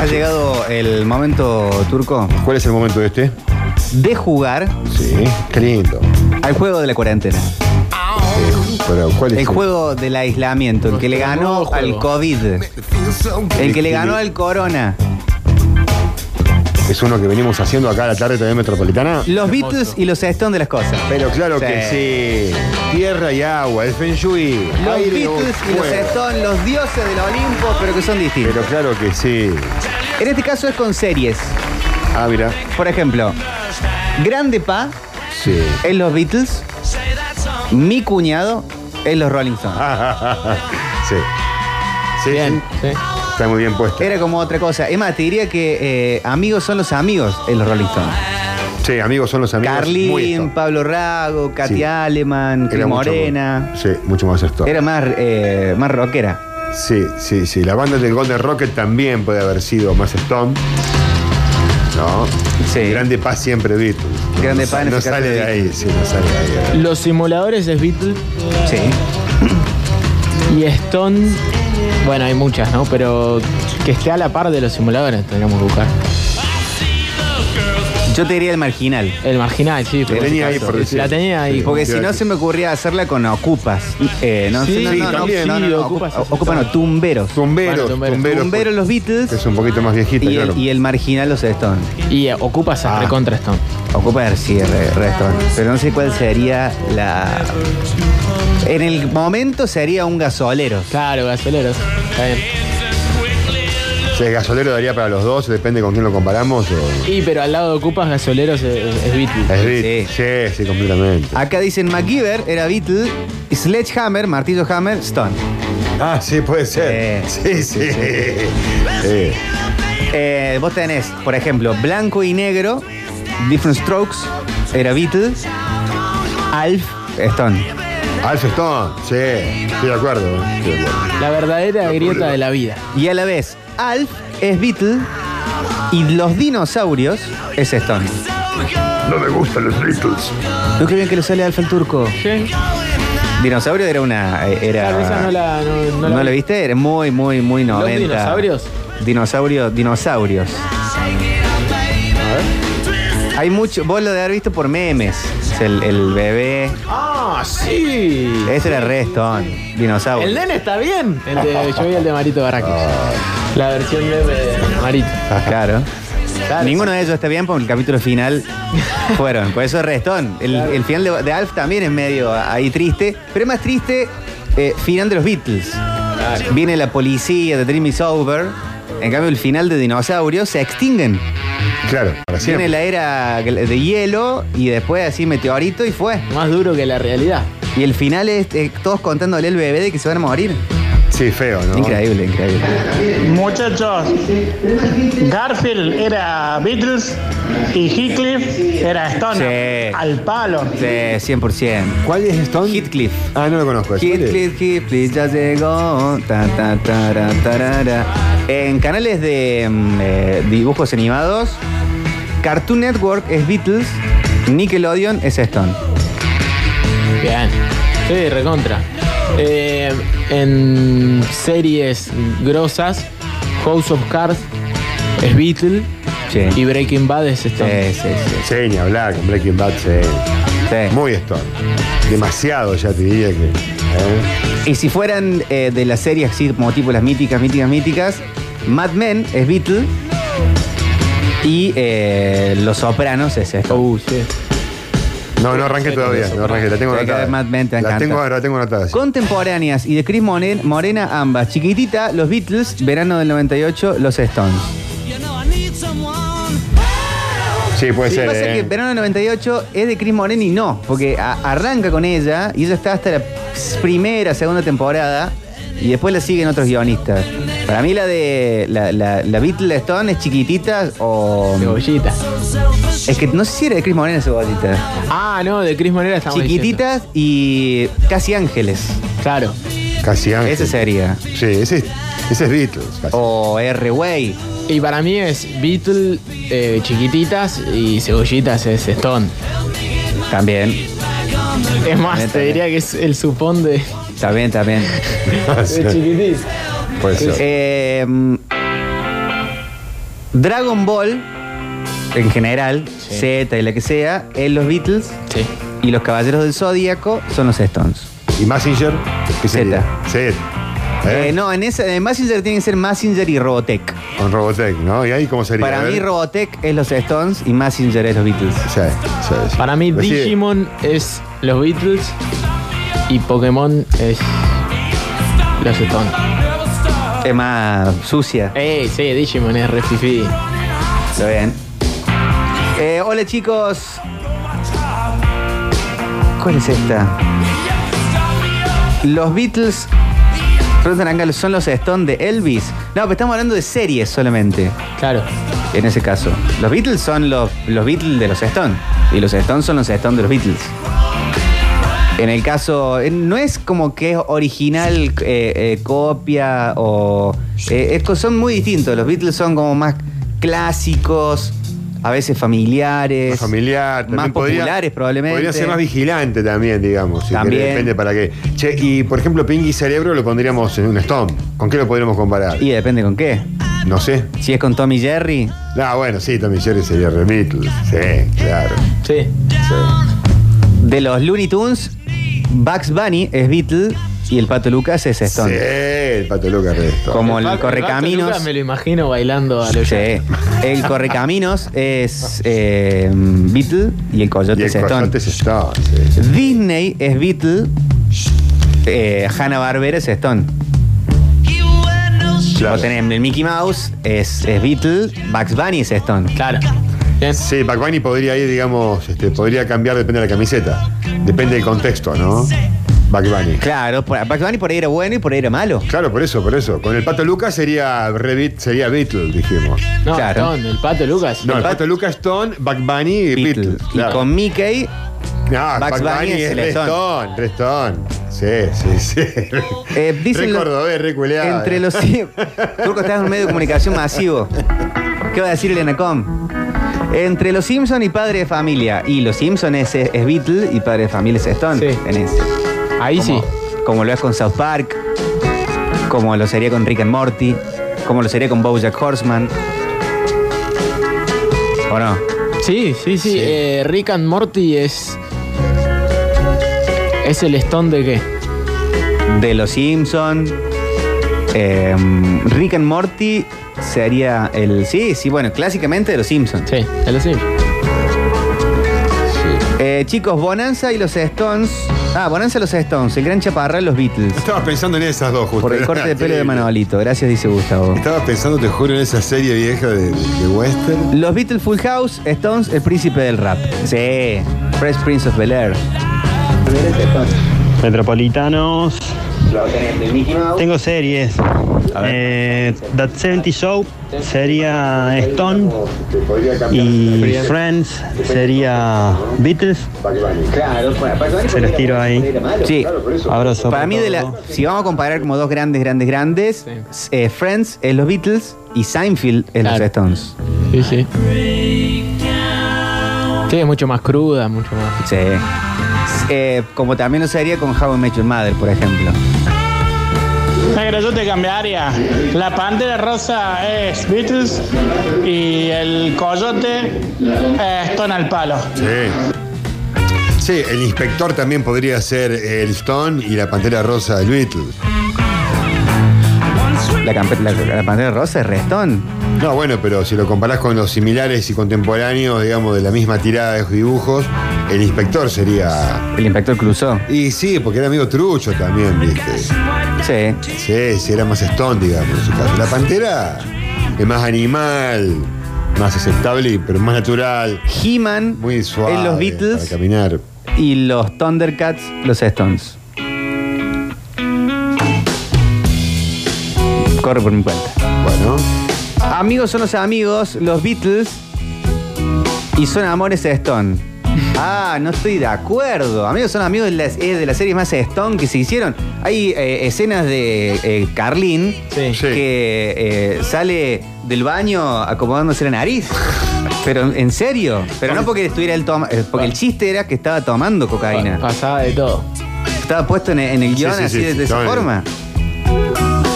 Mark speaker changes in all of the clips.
Speaker 1: Ha llegado el momento turco
Speaker 2: ¿Cuál es el momento este?
Speaker 1: de jugar
Speaker 2: Sí, qué lindo.
Speaker 1: al juego de la cuarentena.
Speaker 2: Pero, ¿cuál es
Speaker 1: El juego del aislamiento, el que le ganó al COVID, el que le ganó al corona.
Speaker 2: Es uno que venimos haciendo acá a la tarde también metropolitana.
Speaker 1: Los Beatles y los Stones de las cosas.
Speaker 2: Pero claro
Speaker 1: Sí.
Speaker 2: que sí. Tierra y agua, el Feng Shui.
Speaker 1: Los
Speaker 2: aire o
Speaker 1: Beatles y los
Speaker 2: fuego.
Speaker 1: Stones, los dioses del Olimpo, pero que son distintos.
Speaker 2: Pero claro que sí.
Speaker 1: En este caso es con series.
Speaker 2: Ah, mira.
Speaker 1: Por ejemplo, Grande Pa
Speaker 2: Sí.
Speaker 1: es los Beatles, Mi Cuñado es los Rolling Stones.
Speaker 2: sí. Sí,
Speaker 3: Bien.
Speaker 2: sí.
Speaker 3: sí.
Speaker 2: Está muy bien puesto.
Speaker 1: Era como otra cosa. Es más, te diría que eh, amigos son los amigos en los Rolling Stones.
Speaker 2: Sí, amigos son los amigos. Muy
Speaker 1: Carlín,
Speaker 2: esto.
Speaker 1: Pablo Rago, Katy
Speaker 2: Sí.
Speaker 1: Aleman, Cris
Speaker 2: Era mucho-
Speaker 1: Morena.
Speaker 2: sí, mucho más esto.
Speaker 1: Era más, eh, más rockera.
Speaker 2: Sí, sí, sí. La banda del Golden Rocket también puede haber sido más Stone. ¿No?
Speaker 1: Sí.
Speaker 2: Grande Paz siempre Beatles.
Speaker 1: Grande
Speaker 2: no,
Speaker 1: Paz en
Speaker 2: No
Speaker 1: ese caso
Speaker 2: sale de
Speaker 1: Beatles.
Speaker 2: ahí, sí, no sale de ahí.
Speaker 3: Los simuladores es Beatle
Speaker 1: Sí.
Speaker 3: y Stone. Bueno, hay muchas, ¿no? Pero que esté a la par de los simuladores tendríamos que buscar.
Speaker 1: Yo te diría el marginal.
Speaker 3: El marginal, sí.
Speaker 2: La
Speaker 3: pero-
Speaker 2: tenía ahí por decir.
Speaker 3: La tenía ahí.
Speaker 2: Sí.
Speaker 1: Porque si no se me ocurría hacerla con Ocupas. Eh, no,
Speaker 3: Sí,
Speaker 1: no,
Speaker 2: sí,
Speaker 1: no, no,
Speaker 2: también.
Speaker 1: no, no,
Speaker 3: Sí,
Speaker 1: no,
Speaker 3: Ocupas,
Speaker 1: Ocupa- Ocupas no, Tumberos.
Speaker 2: Tumberos,
Speaker 3: Bueno, Tumberos.
Speaker 2: Tumberos.
Speaker 1: Tumberos los Beatles
Speaker 2: Es un poquito más viejita,
Speaker 1: y
Speaker 2: claro.
Speaker 1: el, y el marginal los Stones.
Speaker 3: Y eh, ocupa esa
Speaker 2: Ah.
Speaker 3: recontra Stone.
Speaker 1: Ocupar, sí, re- re Stones. Pero no sé cuál sería la... En el momento sería un gasolero.
Speaker 3: Claro, gasoleros. Está bien.
Speaker 2: Sí, el gasolero daría para los dos, depende con quién lo comparamos. o-
Speaker 3: Y pero al lado de ocupas gasoleros es, es- es Beatle.
Speaker 2: Es
Speaker 1: Sí.
Speaker 2: Beatles. Sí, sí, completamente.
Speaker 1: Acá dicen MacGyver era Beatle, Sledgehammer, Martillo Hammer, Stone.
Speaker 2: Ah, sí, puede ser.
Speaker 1: Sí.
Speaker 2: Sí, sí. Sí.
Speaker 1: Eh, vos tenés, por ejemplo, Blanco y Negro, Different Strokes, era Beatle, Alf, Stone.
Speaker 2: Alf Stone, sí. Estoy de acuerdo. Estoy de acuerdo.
Speaker 3: La verdadera grieta de la vida.
Speaker 1: Y a la vez, Alf es Beatle y los dinosaurios es Stone.
Speaker 2: No me gustan los Beatles.
Speaker 1: ¿No creen que le sale Alf al turco? Dinosaurio era una... eh, Era,
Speaker 3: Claro, esa no la- no- no la
Speaker 1: ¿No
Speaker 3: vi.
Speaker 1: la viste? Era muy, muy, muy 90.
Speaker 3: dinosaurios?
Speaker 1: Dinosaurio, dinosaurios. Hay mucho... Vos lo de haber visto por memes. Es el, el bebé...
Speaker 3: ¡Ah, sí!
Speaker 1: Ese era Reston, dinosaurio.
Speaker 3: El nene está bien. El de- yo vi el de Marito Barraquis. La versión meme de Marito.
Speaker 1: Ah, Claro.
Speaker 3: Claro.
Speaker 1: Ninguno de ellos está bien porque el capítulo final fueron. Por eso es Restón. El, el final de, de Alf también es medio ahí triste. Pero es más triste eh, final de los Beatles. Viene la policía, The Dream is Over. En cambio, el final de Dinosaurios se extinguen.
Speaker 2: Claro, para
Speaker 1: Viene
Speaker 2: siempre.
Speaker 1: la era de hielo y después así meteorito y fue.
Speaker 3: Más duro que la realidad.
Speaker 1: Y el final es eh, todos contándole al bebé de que se van a morir.
Speaker 2: Sí, feo, ¿no?
Speaker 1: Increíble, increíble.
Speaker 4: Muchachos, Garfield era Beatles y Heathcliff era Stone.
Speaker 1: Sí.
Speaker 4: Al palo.
Speaker 1: Sí, 100%.
Speaker 2: ¿Cuál es Stone?
Speaker 1: Heathcliff.
Speaker 2: Ah, no lo conozco.
Speaker 1: Pues,
Speaker 2: ¿Cuál es?
Speaker 1: Heathcliff, Heathcliff, ya llegó. Ta, ta, tara, tarara. En canales de mm, eh, dibujos animados, Cartoon Network es Beatles, Nickelodeon es Stone.
Speaker 3: Bien. Sí, recontra. Eh, en series grosas, House of Cards es Beatle.
Speaker 1: Sí.
Speaker 3: Y Breaking Bad es Stone.
Speaker 1: Sí, sí, sí.
Speaker 2: Sí, ni hablar con Breaking Bad, sí.
Speaker 1: sí.
Speaker 2: Muy Stone. Demasiado, ya te diría que. ¿eh?
Speaker 1: Y si fueran eh, de las series así como tipo las míticas, míticas, míticas, Mad Men es Beatles y eh, Los Sopranos es Stone.
Speaker 3: Uh, sí.
Speaker 2: No, no arranqué todavía. No arranqué, la
Speaker 1: Te va
Speaker 2: tengo
Speaker 1: a
Speaker 2: anotada.
Speaker 1: quedar Mad Men, te va a
Speaker 2: la
Speaker 1: encantar.
Speaker 2: tengo ahora, la tengo anotada. sí.
Speaker 1: Contemporáneas y de Chris Moren- Morena ambas. Chiquitita, los Beatles, verano del 98, los Stones.
Speaker 2: Sí, puede
Speaker 1: Lo que
Speaker 2: ser.
Speaker 1: pasa es
Speaker 2: ¿eh?
Speaker 1: que Verano del 98 es de Chris Morena y no, porque a- arranca con ella y ella está hasta la primera, segunda temporada y después la siguen otros guionistas. Para mí la de la, la, la Beatle Stone es chiquitita o... mm,
Speaker 3: Cebollita.
Speaker 1: Es que no sé si era de Chris Morena esa bolita.
Speaker 3: Ah, no, de Chris Monera estamos diciendo.
Speaker 1: Chiquititas y casi ángeles.
Speaker 3: Claro.
Speaker 2: Casi Ángel.
Speaker 1: Ese Oh. sería.
Speaker 2: Ah, Sí, ese, ese es Beatles. casi.
Speaker 1: O R-Way.
Speaker 3: Y para mí es Beatle, eh, Chiquititas y Cebollitas es Stone.
Speaker 1: También.
Speaker 3: Es más,
Speaker 1: También,
Speaker 3: te diría que es el supón de,
Speaker 1: También, también.
Speaker 3: de Chiquititas.
Speaker 2: puede ser.
Speaker 1: Eh, Em, Dragon Ball, en general, Z y la que sea, es los Beatles.
Speaker 3: Sí.
Speaker 1: Y los Caballeros del Zodíaco son los Stones.
Speaker 2: ¿Y Massinger? ¿Qué sería? Z. ¿Eh?
Speaker 1: Eh, no, en ese, en Massinger tiene que ser Massinger y Robotech.
Speaker 2: Con Robotech, ¿no? ¿Y ahí cómo sería? A
Speaker 1: Para
Speaker 2: ver.
Speaker 1: mí Robotech es los Stones y Massinger es los Beatles.
Speaker 2: Sí, sí, Pues sí.
Speaker 3: Para mí
Speaker 2: Lo sigue.
Speaker 3: Digimon es los Beatles y Pokémon es los Stones.
Speaker 1: Es más sucia.
Speaker 3: Ey, sí, Digimon es re fifí.
Speaker 1: Está bien. Eh, hola chicos. ¿Cuál es esta? Los Beatles. preguntan acá, ¿Son los Stones de Elvis? No, pero estamos hablando de series solamente.
Speaker 3: Claro.
Speaker 1: En ese caso. Los Beatles son los, los Beatles de los Stones. Y los Stones son los Stones de los Beatles. En el caso, eh, no es como que es original, eh, eh, copia o... eh, es co- son muy distintos. Los Beatles son como más clásicos, a veces familiares.
Speaker 2: Más familiar, también
Speaker 1: más
Speaker 2: podría-
Speaker 1: populares probablemente.
Speaker 2: Podría ser más vigilante también, digamos. si
Speaker 1: También.
Speaker 2: querés, depende para qué. Che, y por ejemplo, Pinky Cerebro lo pondríamos en un Stone. ¿Con qué lo podríamos comparar?
Speaker 1: Y depende con qué.
Speaker 2: No sé.
Speaker 1: Si es con Tommy Jerry,
Speaker 2: Ah, bueno, sí, Tommy Jerry sería Re Beatles. Sí, claro.
Speaker 3: Sí.
Speaker 1: de los Looney Tunes, Bugs Bunny es Beatle y el Pato Lucas es
Speaker 2: Sí,
Speaker 1: Stone.
Speaker 2: el Pato Luca Resto.
Speaker 1: Como
Speaker 3: El
Speaker 1: el,
Speaker 3: Pato- el Pato
Speaker 1: Correcaminos.
Speaker 3: Lucas me lo imagino bailando a los
Speaker 1: Sí. El Correcaminos es eh, Beatle y el Coyote
Speaker 2: Y el
Speaker 1: es Stone.
Speaker 2: Coyote es Stone. sí, sí.
Speaker 1: Disney es Beatle, eh, Hanna Barbera es Stone.
Speaker 2: Claro.
Speaker 1: O tenemos el Mickey Mouse es, es Beatle, Bugs Bunny es Stone.
Speaker 3: Claro. Bien.
Speaker 2: Sí, Pacuani podría ir, digamos, este, podría cambiar, depende de la camiseta. Depende del contexto, ¿no? Pacuani.
Speaker 1: Claro, por- Bugs Bunny por ahí era bueno y por ahí era malo.
Speaker 2: Claro, por eso, por eso. Con el Pato Lucas sería Re Beat- sería Beatles, dijimos.
Speaker 3: No,
Speaker 1: Claro.
Speaker 3: Stone, el pato Lucas.
Speaker 2: No, el Pato Lucas Stone, Bugs Bunny y
Speaker 1: Beatle.
Speaker 2: Beatles.
Speaker 1: Y
Speaker 2: claro.
Speaker 1: con Mickey,
Speaker 2: No,
Speaker 1: Bugs
Speaker 2: Bugs
Speaker 1: Bunny
Speaker 2: Bunny
Speaker 1: es
Speaker 2: es
Speaker 1: el
Speaker 2: Restón, Restón. Sí, sí, sí.
Speaker 1: eh, dicen
Speaker 2: Re
Speaker 1: los-
Speaker 2: cordobés, re culeado. eh.
Speaker 1: entre los... Turco, estás en un medio de comunicación masivo. ¿Qué va a decir el Enacom? Entre los Simpson y Padre de Familia. Y los Simpson es, es, es Beatle y Padre de Familia es Stone.
Speaker 3: Sí.
Speaker 1: En ese.
Speaker 3: Ahí sí.
Speaker 1: como, como lo es con South Park, como lo sería con Rick and Morty, como lo sería con Bojack Horseman. ¿O no?
Speaker 3: Sí, sí, sí. eh, Rick and Morty es. ¿Es el Stone de qué?
Speaker 1: De Los Simpson. eh, Rick and Morty sería el. Sí, sí, bueno, clásicamente de Los Simpson.
Speaker 3: Sí, el de Sim.
Speaker 1: Eh, chicos, Bonanza y los Stones. Ah, Bonanza y los Stones, el gran chaparral y los Beatles.
Speaker 2: Estaba pensando en esas dos, justo.
Speaker 1: Por el corte de pelo de Manolito. Gracias, dice Gustavo.
Speaker 2: Estaba pensando, te juro, en esa serie vieja de, de Western.
Speaker 1: Los Beatles Full House, Stones, el príncipe del rap. Sí, Fresh Prince of Bel Air.
Speaker 5: Metropolitanos. Tengo series.
Speaker 1: A ver.
Speaker 5: Eh, That 70 Show sería Stone y Friends sería Beatles. Se los tiro ahí.
Speaker 1: Sí. Ah,
Speaker 5: Abrazo.
Speaker 1: Para mí, de la-
Speaker 5: Ricardo.
Speaker 1: si vamos a comparar como dos grandes, grandes, grandes, eh, Friends es los Beatles y Seinfeld es los
Speaker 3: Claro.
Speaker 1: Stones.
Speaker 3: Sí, sí. Sí, es mucho más cruda, mucho más.
Speaker 1: Sí. Eh, como también lo sería con How I Met Your Mother, por ejemplo.
Speaker 4: Negro, yo te cambiaría. La pantera rosa es Beatles y el coyote es Ton al Palo.
Speaker 2: Sí. Sí, el inspector también podría ser el Stone y la pantera rosa del Beatles.
Speaker 1: La, campe- la, la pantera rosa es Restón.
Speaker 2: No, bueno, pero si lo comparás con los similares y contemporáneos, digamos, de la misma tirada de dibujos, el inspector sería.
Speaker 1: El inspector cruzó.
Speaker 2: Y sí, porque era amigo trucho también, ¿viste?
Speaker 1: Sí.
Speaker 2: Sí, sí, era más Stone, digamos, en su caso. La pantera es más animal, más aceptable, pero más natural,
Speaker 1: He-Man
Speaker 2: muy suave.
Speaker 1: en los
Speaker 2: Para
Speaker 1: Beatles
Speaker 2: caminar.
Speaker 1: y los Thundercats, los Stones. Corre por mi cuenta.
Speaker 2: Bueno,
Speaker 1: Amigos son los amigos, los Beatles y son amores Stone. Ah, no estoy de acuerdo. Amigos son amigos de las, es de las series más Stone que se hicieron. Hay eh, escenas de eh, Carlín
Speaker 3: Sí.
Speaker 2: Sí.
Speaker 1: que eh, sale del baño acomodándose la nariz. Pero en serio, pero no porque estuviera el toma, eh, porque el chiste era que estaba tomando cocaína.
Speaker 3: Pasada de todo.
Speaker 1: Estaba puesto en, el- en el guión
Speaker 2: sí,
Speaker 1: así
Speaker 2: sí,
Speaker 1: de,
Speaker 2: sí,
Speaker 1: de esa
Speaker 2: estaba en-
Speaker 1: forma.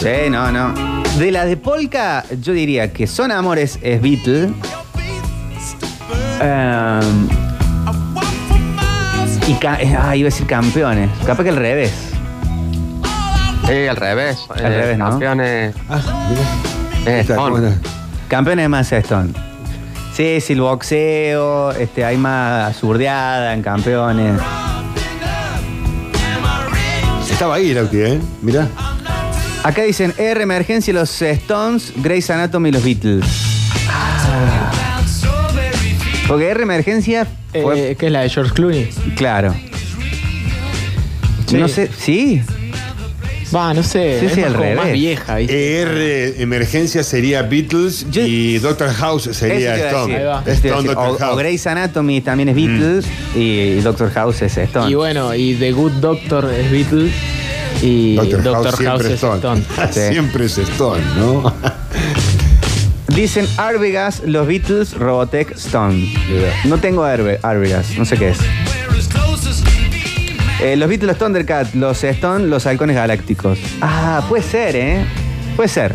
Speaker 1: Sí, no, no. De la de Polka, yo diría que Son Amores es Beatle. Em, y ca- eh, ah, iba a decir campeones. Capaz que al revés.
Speaker 6: Sí, al revés.
Speaker 1: Al revés, ¿no?
Speaker 6: Campeones. Eh,
Speaker 2: Ah, Está,
Speaker 6: son.
Speaker 2: ¿cómo está?
Speaker 1: Campeones es más Stone. Sí, sí, el boxeo. Este, hay más zurdeada en campeones.
Speaker 2: Estaba ahí el Auti, ¿eh? Mirá.
Speaker 1: Acá dicen R Emergencia, los Stones, Grey's Anatomy y los Beatles. Ah. Porque R Emergencia fue.
Speaker 3: Eh, ¿Qué es la de George Clooney?
Speaker 1: claro.
Speaker 3: Sí.
Speaker 1: No sé, sí.
Speaker 3: Va, no sé.
Speaker 1: Sí,
Speaker 3: es
Speaker 1: sí,
Speaker 3: más
Speaker 1: al
Speaker 3: como
Speaker 1: revés.
Speaker 3: más vieja, ¿viste?
Speaker 2: ER Emergencia sería Beatles
Speaker 1: Yo-
Speaker 2: y Doctor House
Speaker 1: Eso
Speaker 2: sería
Speaker 1: te iba a
Speaker 2: Stone.
Speaker 1: decir.
Speaker 3: Ahí va.
Speaker 1: Eso te iba a decir.
Speaker 2: Stone, Doctor
Speaker 1: o, o
Speaker 2: House. Mm.
Speaker 1: Grey's Anatomy también es Beatles y Doctor House es Stone.
Speaker 3: Y bueno, y The Good Doctor es Beatles y Doctor, House,
Speaker 2: siempre
Speaker 3: es Stone.
Speaker 1: Sí.
Speaker 2: siempre es Stone, ¿no?
Speaker 1: Dicen Arvegas, los Beatles, Robotech, Stone.
Speaker 2: Mira.
Speaker 1: No tengo Arve- Arvegas, no sé qué es. Eh, los Beatles, los Thundercats, los Stone, los Halcones Galácticos. Ah, puede ser, ¿eh? Puede ser.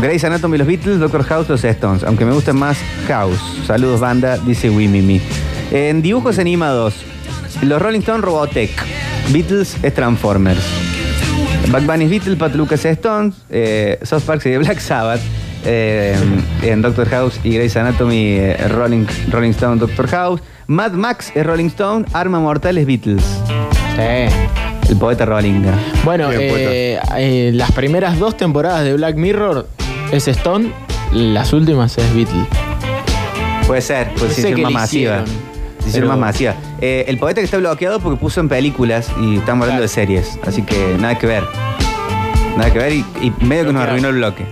Speaker 1: Grey's Anatomy, los Beatles, Doctor House, los Stones. Aunque me gustan más House. Saludos, banda, dice Wimimi. En dibujos animados, los Rolling Stones, Robotech. Beatles es Transformers. Back Bunny es Beatles, Pat Lucas es Stones. eh, South Park sería Black Sabbath. eh, en Doctor House y Grey's Anatomy, eh, Rolling, Rolling Stone, Doctor House. Mad Max es Rolling Stone, Arma Mortal es Beatles.
Speaker 3: Sí.
Speaker 1: El poeta Rolling.
Speaker 3: Bueno,
Speaker 2: Bien,
Speaker 3: eh, eh, las primeras dos temporadas de Black Mirror es Stone, las últimas es Beatles.
Speaker 1: Puede ser, puede
Speaker 3: No sé
Speaker 1: ser
Speaker 3: qué
Speaker 1: más
Speaker 3: le
Speaker 1: masiva.
Speaker 3: hicieron,
Speaker 1: Se hicieron
Speaker 3: pero-
Speaker 1: más masiva. Eh, el poeta que está bloqueado porque puso en películas y estamos hablando de series. Así que nada que ver. Nada que ver y, y medio que nos arruinó el bloque.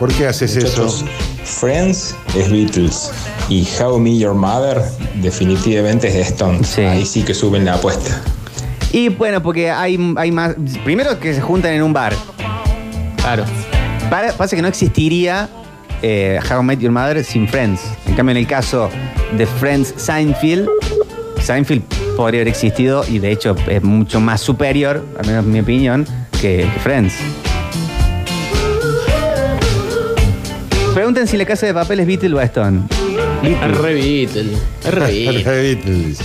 Speaker 2: ¿Por qué haces eso?
Speaker 7: Friends es Beatles y How Me Your Mother definitivamente es de Stones.
Speaker 1: Sí.
Speaker 7: Ahí sí que suben la apuesta.
Speaker 1: Y bueno, porque hay, hay más. Primero que se juntan en un bar.
Speaker 3: Claro.
Speaker 1: Para- pasa que no existiría eh, How I Met Your Mother sin Friends. En cambio, en el caso de Friends Seinfeld, Seinfeld podría haber existido y de hecho es mucho más superior, al menos en mi opinión, que, que Friends. Pregunten si la casa de papel es Beatle o Stone.
Speaker 3: Es re Beatles. Es re Beatles.
Speaker 2: Beatles.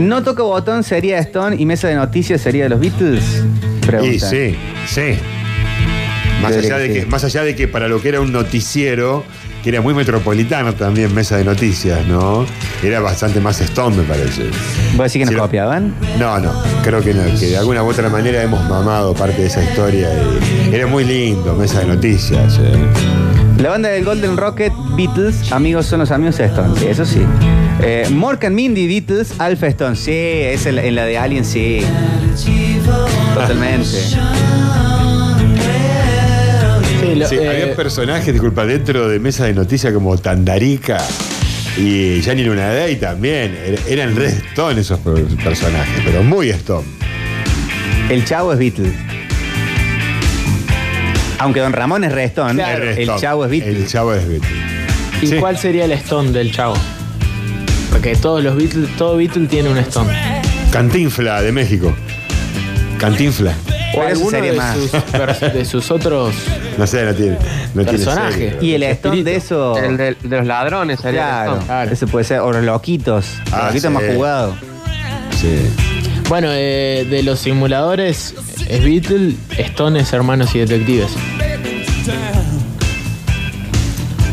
Speaker 1: No toco botón sería Stone y mesa de noticias sería de los Beatles. Preguntan.
Speaker 2: Y sí, sí. Más
Speaker 1: Debería
Speaker 2: allá, de
Speaker 1: que
Speaker 2: que,
Speaker 1: sí.
Speaker 2: más allá de que para lo que era un noticiero, que era muy metropolitano también, mesa de noticias, ¿no? Era bastante más Stone, me parece.
Speaker 1: ¿Vos decís que nos
Speaker 2: Sí, lo-
Speaker 1: copiaban?
Speaker 2: No, no, creo que no, que de alguna u otra manera hemos mamado parte de esa historia. y era muy lindo, mesa de noticias. eh.
Speaker 1: La banda del Golden Rocket, Beatles, amigos son los amigos Stones, sí, eso sí. Eh, Mork and Mindy, Beatles, Alpha Stones, sí, es en la, en la de Alien, sí. Totalmente.
Speaker 3: Sí, lo-
Speaker 2: Sí,
Speaker 3: eh,
Speaker 2: había personajes, disculpa, dentro de mesa de noticias como Tandarica y Gianni Lunadei también. Er- Eran re Stone esos per- personajes, pero muy Stone.
Speaker 1: El Chavo es Beatles. Aunque Don Ramón es Restón,
Speaker 2: Es re
Speaker 1: el
Speaker 2: Stone.
Speaker 1: Chavo es Beatles.
Speaker 2: El chavo es Beatles.
Speaker 3: ¿Y
Speaker 2: Sí.
Speaker 3: cuál sería el Stone del chavo? Porque todos los Beatles, todo Beatle tiene un Stone.
Speaker 2: Cantinfla de México. Cantinfla.
Speaker 1: Pero
Speaker 3: O
Speaker 1: eso
Speaker 3: alguno
Speaker 1: sería
Speaker 3: de
Speaker 1: más.
Speaker 3: sus, per- de sus otros.
Speaker 2: No sé, no tiene. No tiene
Speaker 3: Personaje.
Speaker 2: serie.
Speaker 1: Y el Stone de eso.
Speaker 6: El de, de los ladrones sería
Speaker 1: Claro,
Speaker 6: Stone.
Speaker 3: Claro.
Speaker 1: ese puede ser. O los loquitos. Los
Speaker 2: Ah,
Speaker 1: loquitos
Speaker 2: sí.
Speaker 1: más jugados.
Speaker 2: Sí.
Speaker 3: Bueno, eh, de los simuladores es Beatle, Stone es Hermanos y Detectives.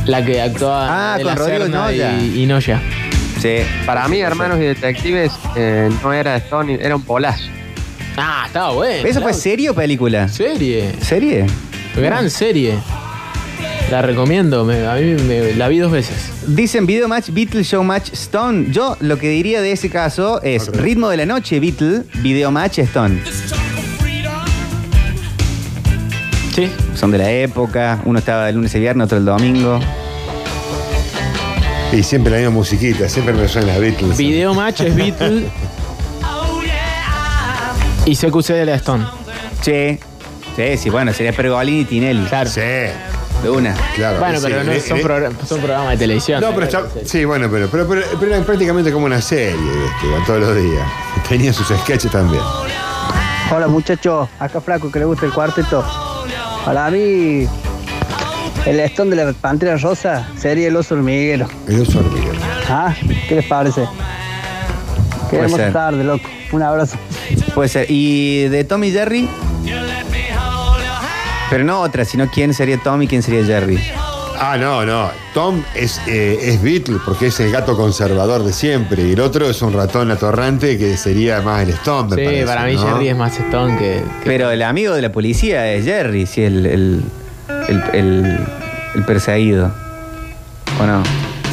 Speaker 3: La que actúa
Speaker 1: Ah,
Speaker 3: de
Speaker 1: con
Speaker 3: la
Speaker 1: Rodrigo
Speaker 3: Serna
Speaker 1: Noya.
Speaker 3: y, y Noya.
Speaker 1: Sí.
Speaker 6: Para mí, hermanos y detectives, eh, no era Stone, era un polazo.
Speaker 3: Ah, estaba bueno.
Speaker 1: ¿Eso fue
Speaker 3: claro.
Speaker 1: serie o película?
Speaker 3: serie.
Speaker 1: ¿Serie?
Speaker 3: Gran serie. La recomiendo, me- a mí me- la vi dos veces.
Speaker 1: Dicen video match, Beatle show match, Stone. Yo lo que diría de ese caso es
Speaker 2: Ok.
Speaker 1: ritmo de la noche, Beatle, video match, Stone.
Speaker 3: Sí.
Speaker 1: Son de la época, uno estaba el lunes y viernes, otro el domingo.
Speaker 2: Y siempre la misma musiquita, siempre me suena Beatles.
Speaker 3: Video Match es Beatle. y CQC de la Stone.
Speaker 1: Che. Sí, sí, bueno, sería Pergolini y Tinelli.
Speaker 3: Claro.
Speaker 2: Sí,
Speaker 1: De una.
Speaker 2: claro.
Speaker 3: Bueno,
Speaker 2: Sí,
Speaker 3: pero no
Speaker 2: eh,
Speaker 3: son,
Speaker 2: eh,
Speaker 3: progr- son programas de televisión.
Speaker 2: No, pero está. Sí, bueno, pero, pero, pero, pero era prácticamente como una serie, este, todos los días. Tenía sus sketches también.
Speaker 8: Hola muchachos, acá Flaco que le gusta el cuarteto. Para mí, el Stone de la Pantera Rosa sería el oso hormiguero.
Speaker 2: El oso hormiguero.
Speaker 8: ¿Ah? ¿Qué les parece?
Speaker 1: Puede
Speaker 8: Queremos
Speaker 1: ser.
Speaker 8: tarde, loco. Un abrazo.
Speaker 1: Puede ser. ¿Y de Tommy y Jerry? Pero no otra, sino quién sería Tom y quién sería Jerry.
Speaker 2: Ah, no, no. Tom es, eh, es Beatle porque es el gato conservador de siempre. Y el otro es un ratón atorrante que sería más el Stone. me
Speaker 3: Sí,
Speaker 2: parece,
Speaker 3: para mí
Speaker 2: ¿no?
Speaker 3: Jerry es más Stone que. que-
Speaker 1: Pero el amigo de la policía es Jerry, si el, el, el, el- el perseguido. ¿O no?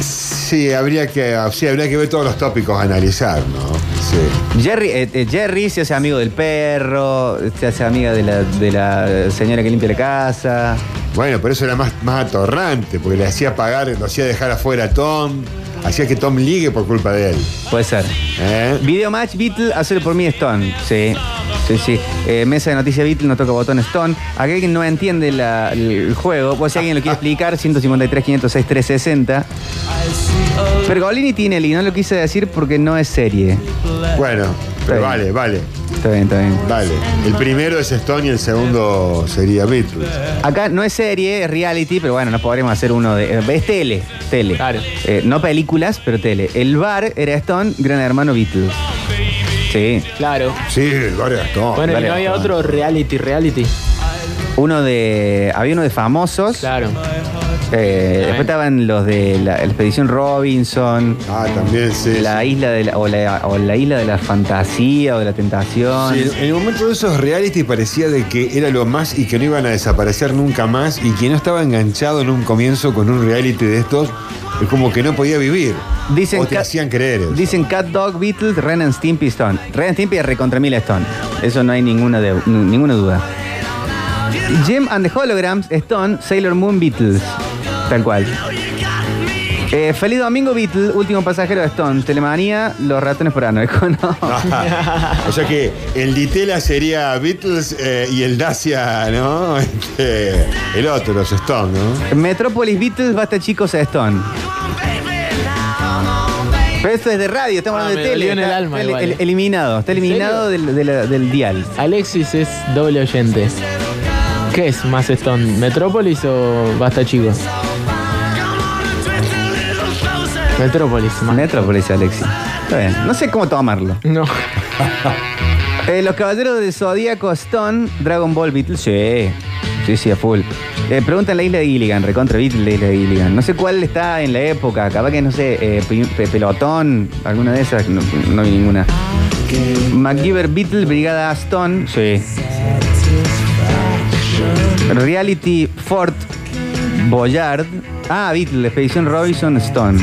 Speaker 2: Sí, habría que, sí, habría que ver todos los tópicos a analizar, ¿no? Sí.
Speaker 1: Jerry, eh, eh, Jerry se hace amigo del perro, se hace amiga de la, de la señora que limpia la casa.
Speaker 2: Bueno, pero eso era más, más atorrante, porque le hacía pagar, lo hacía dejar afuera a Tom, hacía que Tom ligue por culpa de él.
Speaker 1: Puede ser.
Speaker 2: ¿eh?
Speaker 1: Video match Beatle, hazlo por mí Stone. Sí, sí, sí. Eh, mesa de noticias Beatle, no toca botón Stone. Aquel que no entiende la- el juego, pues si alguien lo quiere explicar, 153, 506, 360. Pergolini Tinelli, no lo quise decir porque no es serie.
Speaker 2: Bueno,
Speaker 1: Está
Speaker 2: pero
Speaker 1: bien.
Speaker 2: vale, vale,
Speaker 1: Está bien, está bien.
Speaker 2: vale. El primero es Stone y el segundo sería Beatles.
Speaker 1: Acá no es serie, es reality, pero bueno, no podremos hacer uno de. eh, Es tele, tele.
Speaker 3: Claro.
Speaker 1: Eh, no películas, pero tele. El bar era Stone, Gran Hermano Beatles. Sí.
Speaker 3: Claro.
Speaker 2: Sí, vale, Stone.
Speaker 3: Bueno,
Speaker 1: vale,
Speaker 3: y no había
Speaker 1: Stone.
Speaker 3: otro reality, reality.
Speaker 1: Uno de. Había uno de famosos.
Speaker 3: Claro.
Speaker 1: Eh, después estaban los de la, la expedición Robinson,
Speaker 2: Ah, también sí.
Speaker 1: la isla de la, o, la, o la isla de la fantasía o de la tentación.
Speaker 2: Sí, en el momento de esos reality parecía de que era lo más y que no iban a desaparecer nunca más y que no estaba enganchado en un comienzo con un reality de estos, es como que no podía vivir.
Speaker 1: Dicen
Speaker 2: o te
Speaker 1: ca-
Speaker 2: hacían creer. eso.
Speaker 1: Dicen Cat Dog Beatles, Ren and Stimpy Stone. Ren and Stimpy es recontra mil Stone. Eso no hay ninguna, de- n- ninguna duda. Jim and the Holograms, Stone, Sailor Moon Beatles. Tal cual. Eh, feliz domingo Beatles, último pasajero de Stone. Telemanía, los ratones por ano. No.
Speaker 2: o sea que el Ditela sería Beatles eh, y el Dacia, ¿no? Este, el otro, los Stone, ¿no?
Speaker 1: Metrópolis Beatles, basta chicos a Stone. Pero esto es de radio, estamos
Speaker 3: Ah,
Speaker 1: hablando de
Speaker 3: me
Speaker 1: tele.
Speaker 3: dolió en el alma
Speaker 1: el-
Speaker 3: igual,
Speaker 1: el-
Speaker 3: eh.
Speaker 1: eliminado, está
Speaker 3: ¿En
Speaker 1: eliminado del, de la- del dial.
Speaker 3: Alexis es doble oyente. ¿Qué es más Stone? ¿Metrópolis o Basta Chicos? Metrópolis, más.
Speaker 1: Metrópolis, Alexi. Está bien. No sé cómo tomarlo.
Speaker 3: No.
Speaker 1: Eh, los caballeros del Zodíaco Stone, Dragon Ball Beatles. Sí, sí, sí, a full. Eh, pregunta en la isla de Gilligan, recontra Beatles, la isla de Gilligan. No sé cuál está en la época, capaz que no sé, eh, pi- pe- pelotón, alguna de esas, no, no vi ninguna. MacGyver Beatles, Brigada Stone. Sí. Reality Fort Boyard. Ah, Beatles, Expedición Robinson Stone.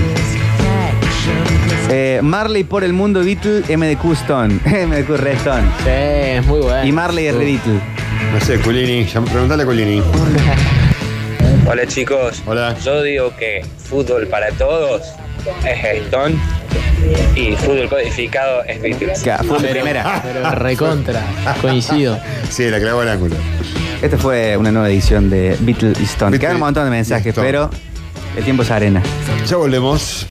Speaker 1: Eh, Marley por el mundo Beatle, MDQ Stone. MDQ Red Stone.
Speaker 3: Sí, es muy bueno.
Speaker 1: Y Marley R. Beatle.
Speaker 2: No sé, Culini, llam- preguntale a Culini.
Speaker 9: Hola chicos,
Speaker 2: Hola.
Speaker 9: yo digo que fútbol para todos es Stone y fútbol codificado es Beatles.
Speaker 1: Ya, fue la primera.
Speaker 3: Pero recontra. Coincido.
Speaker 2: Sí, la clavó al ángulo.
Speaker 1: Esta fue una nueva edición de Beatle y Stone.
Speaker 2: Beatle
Speaker 1: Quedan un montón de
Speaker 2: y
Speaker 1: mensajes,
Speaker 2: Stone.
Speaker 1: pero el tiempo es arena.
Speaker 2: Ya volvemos.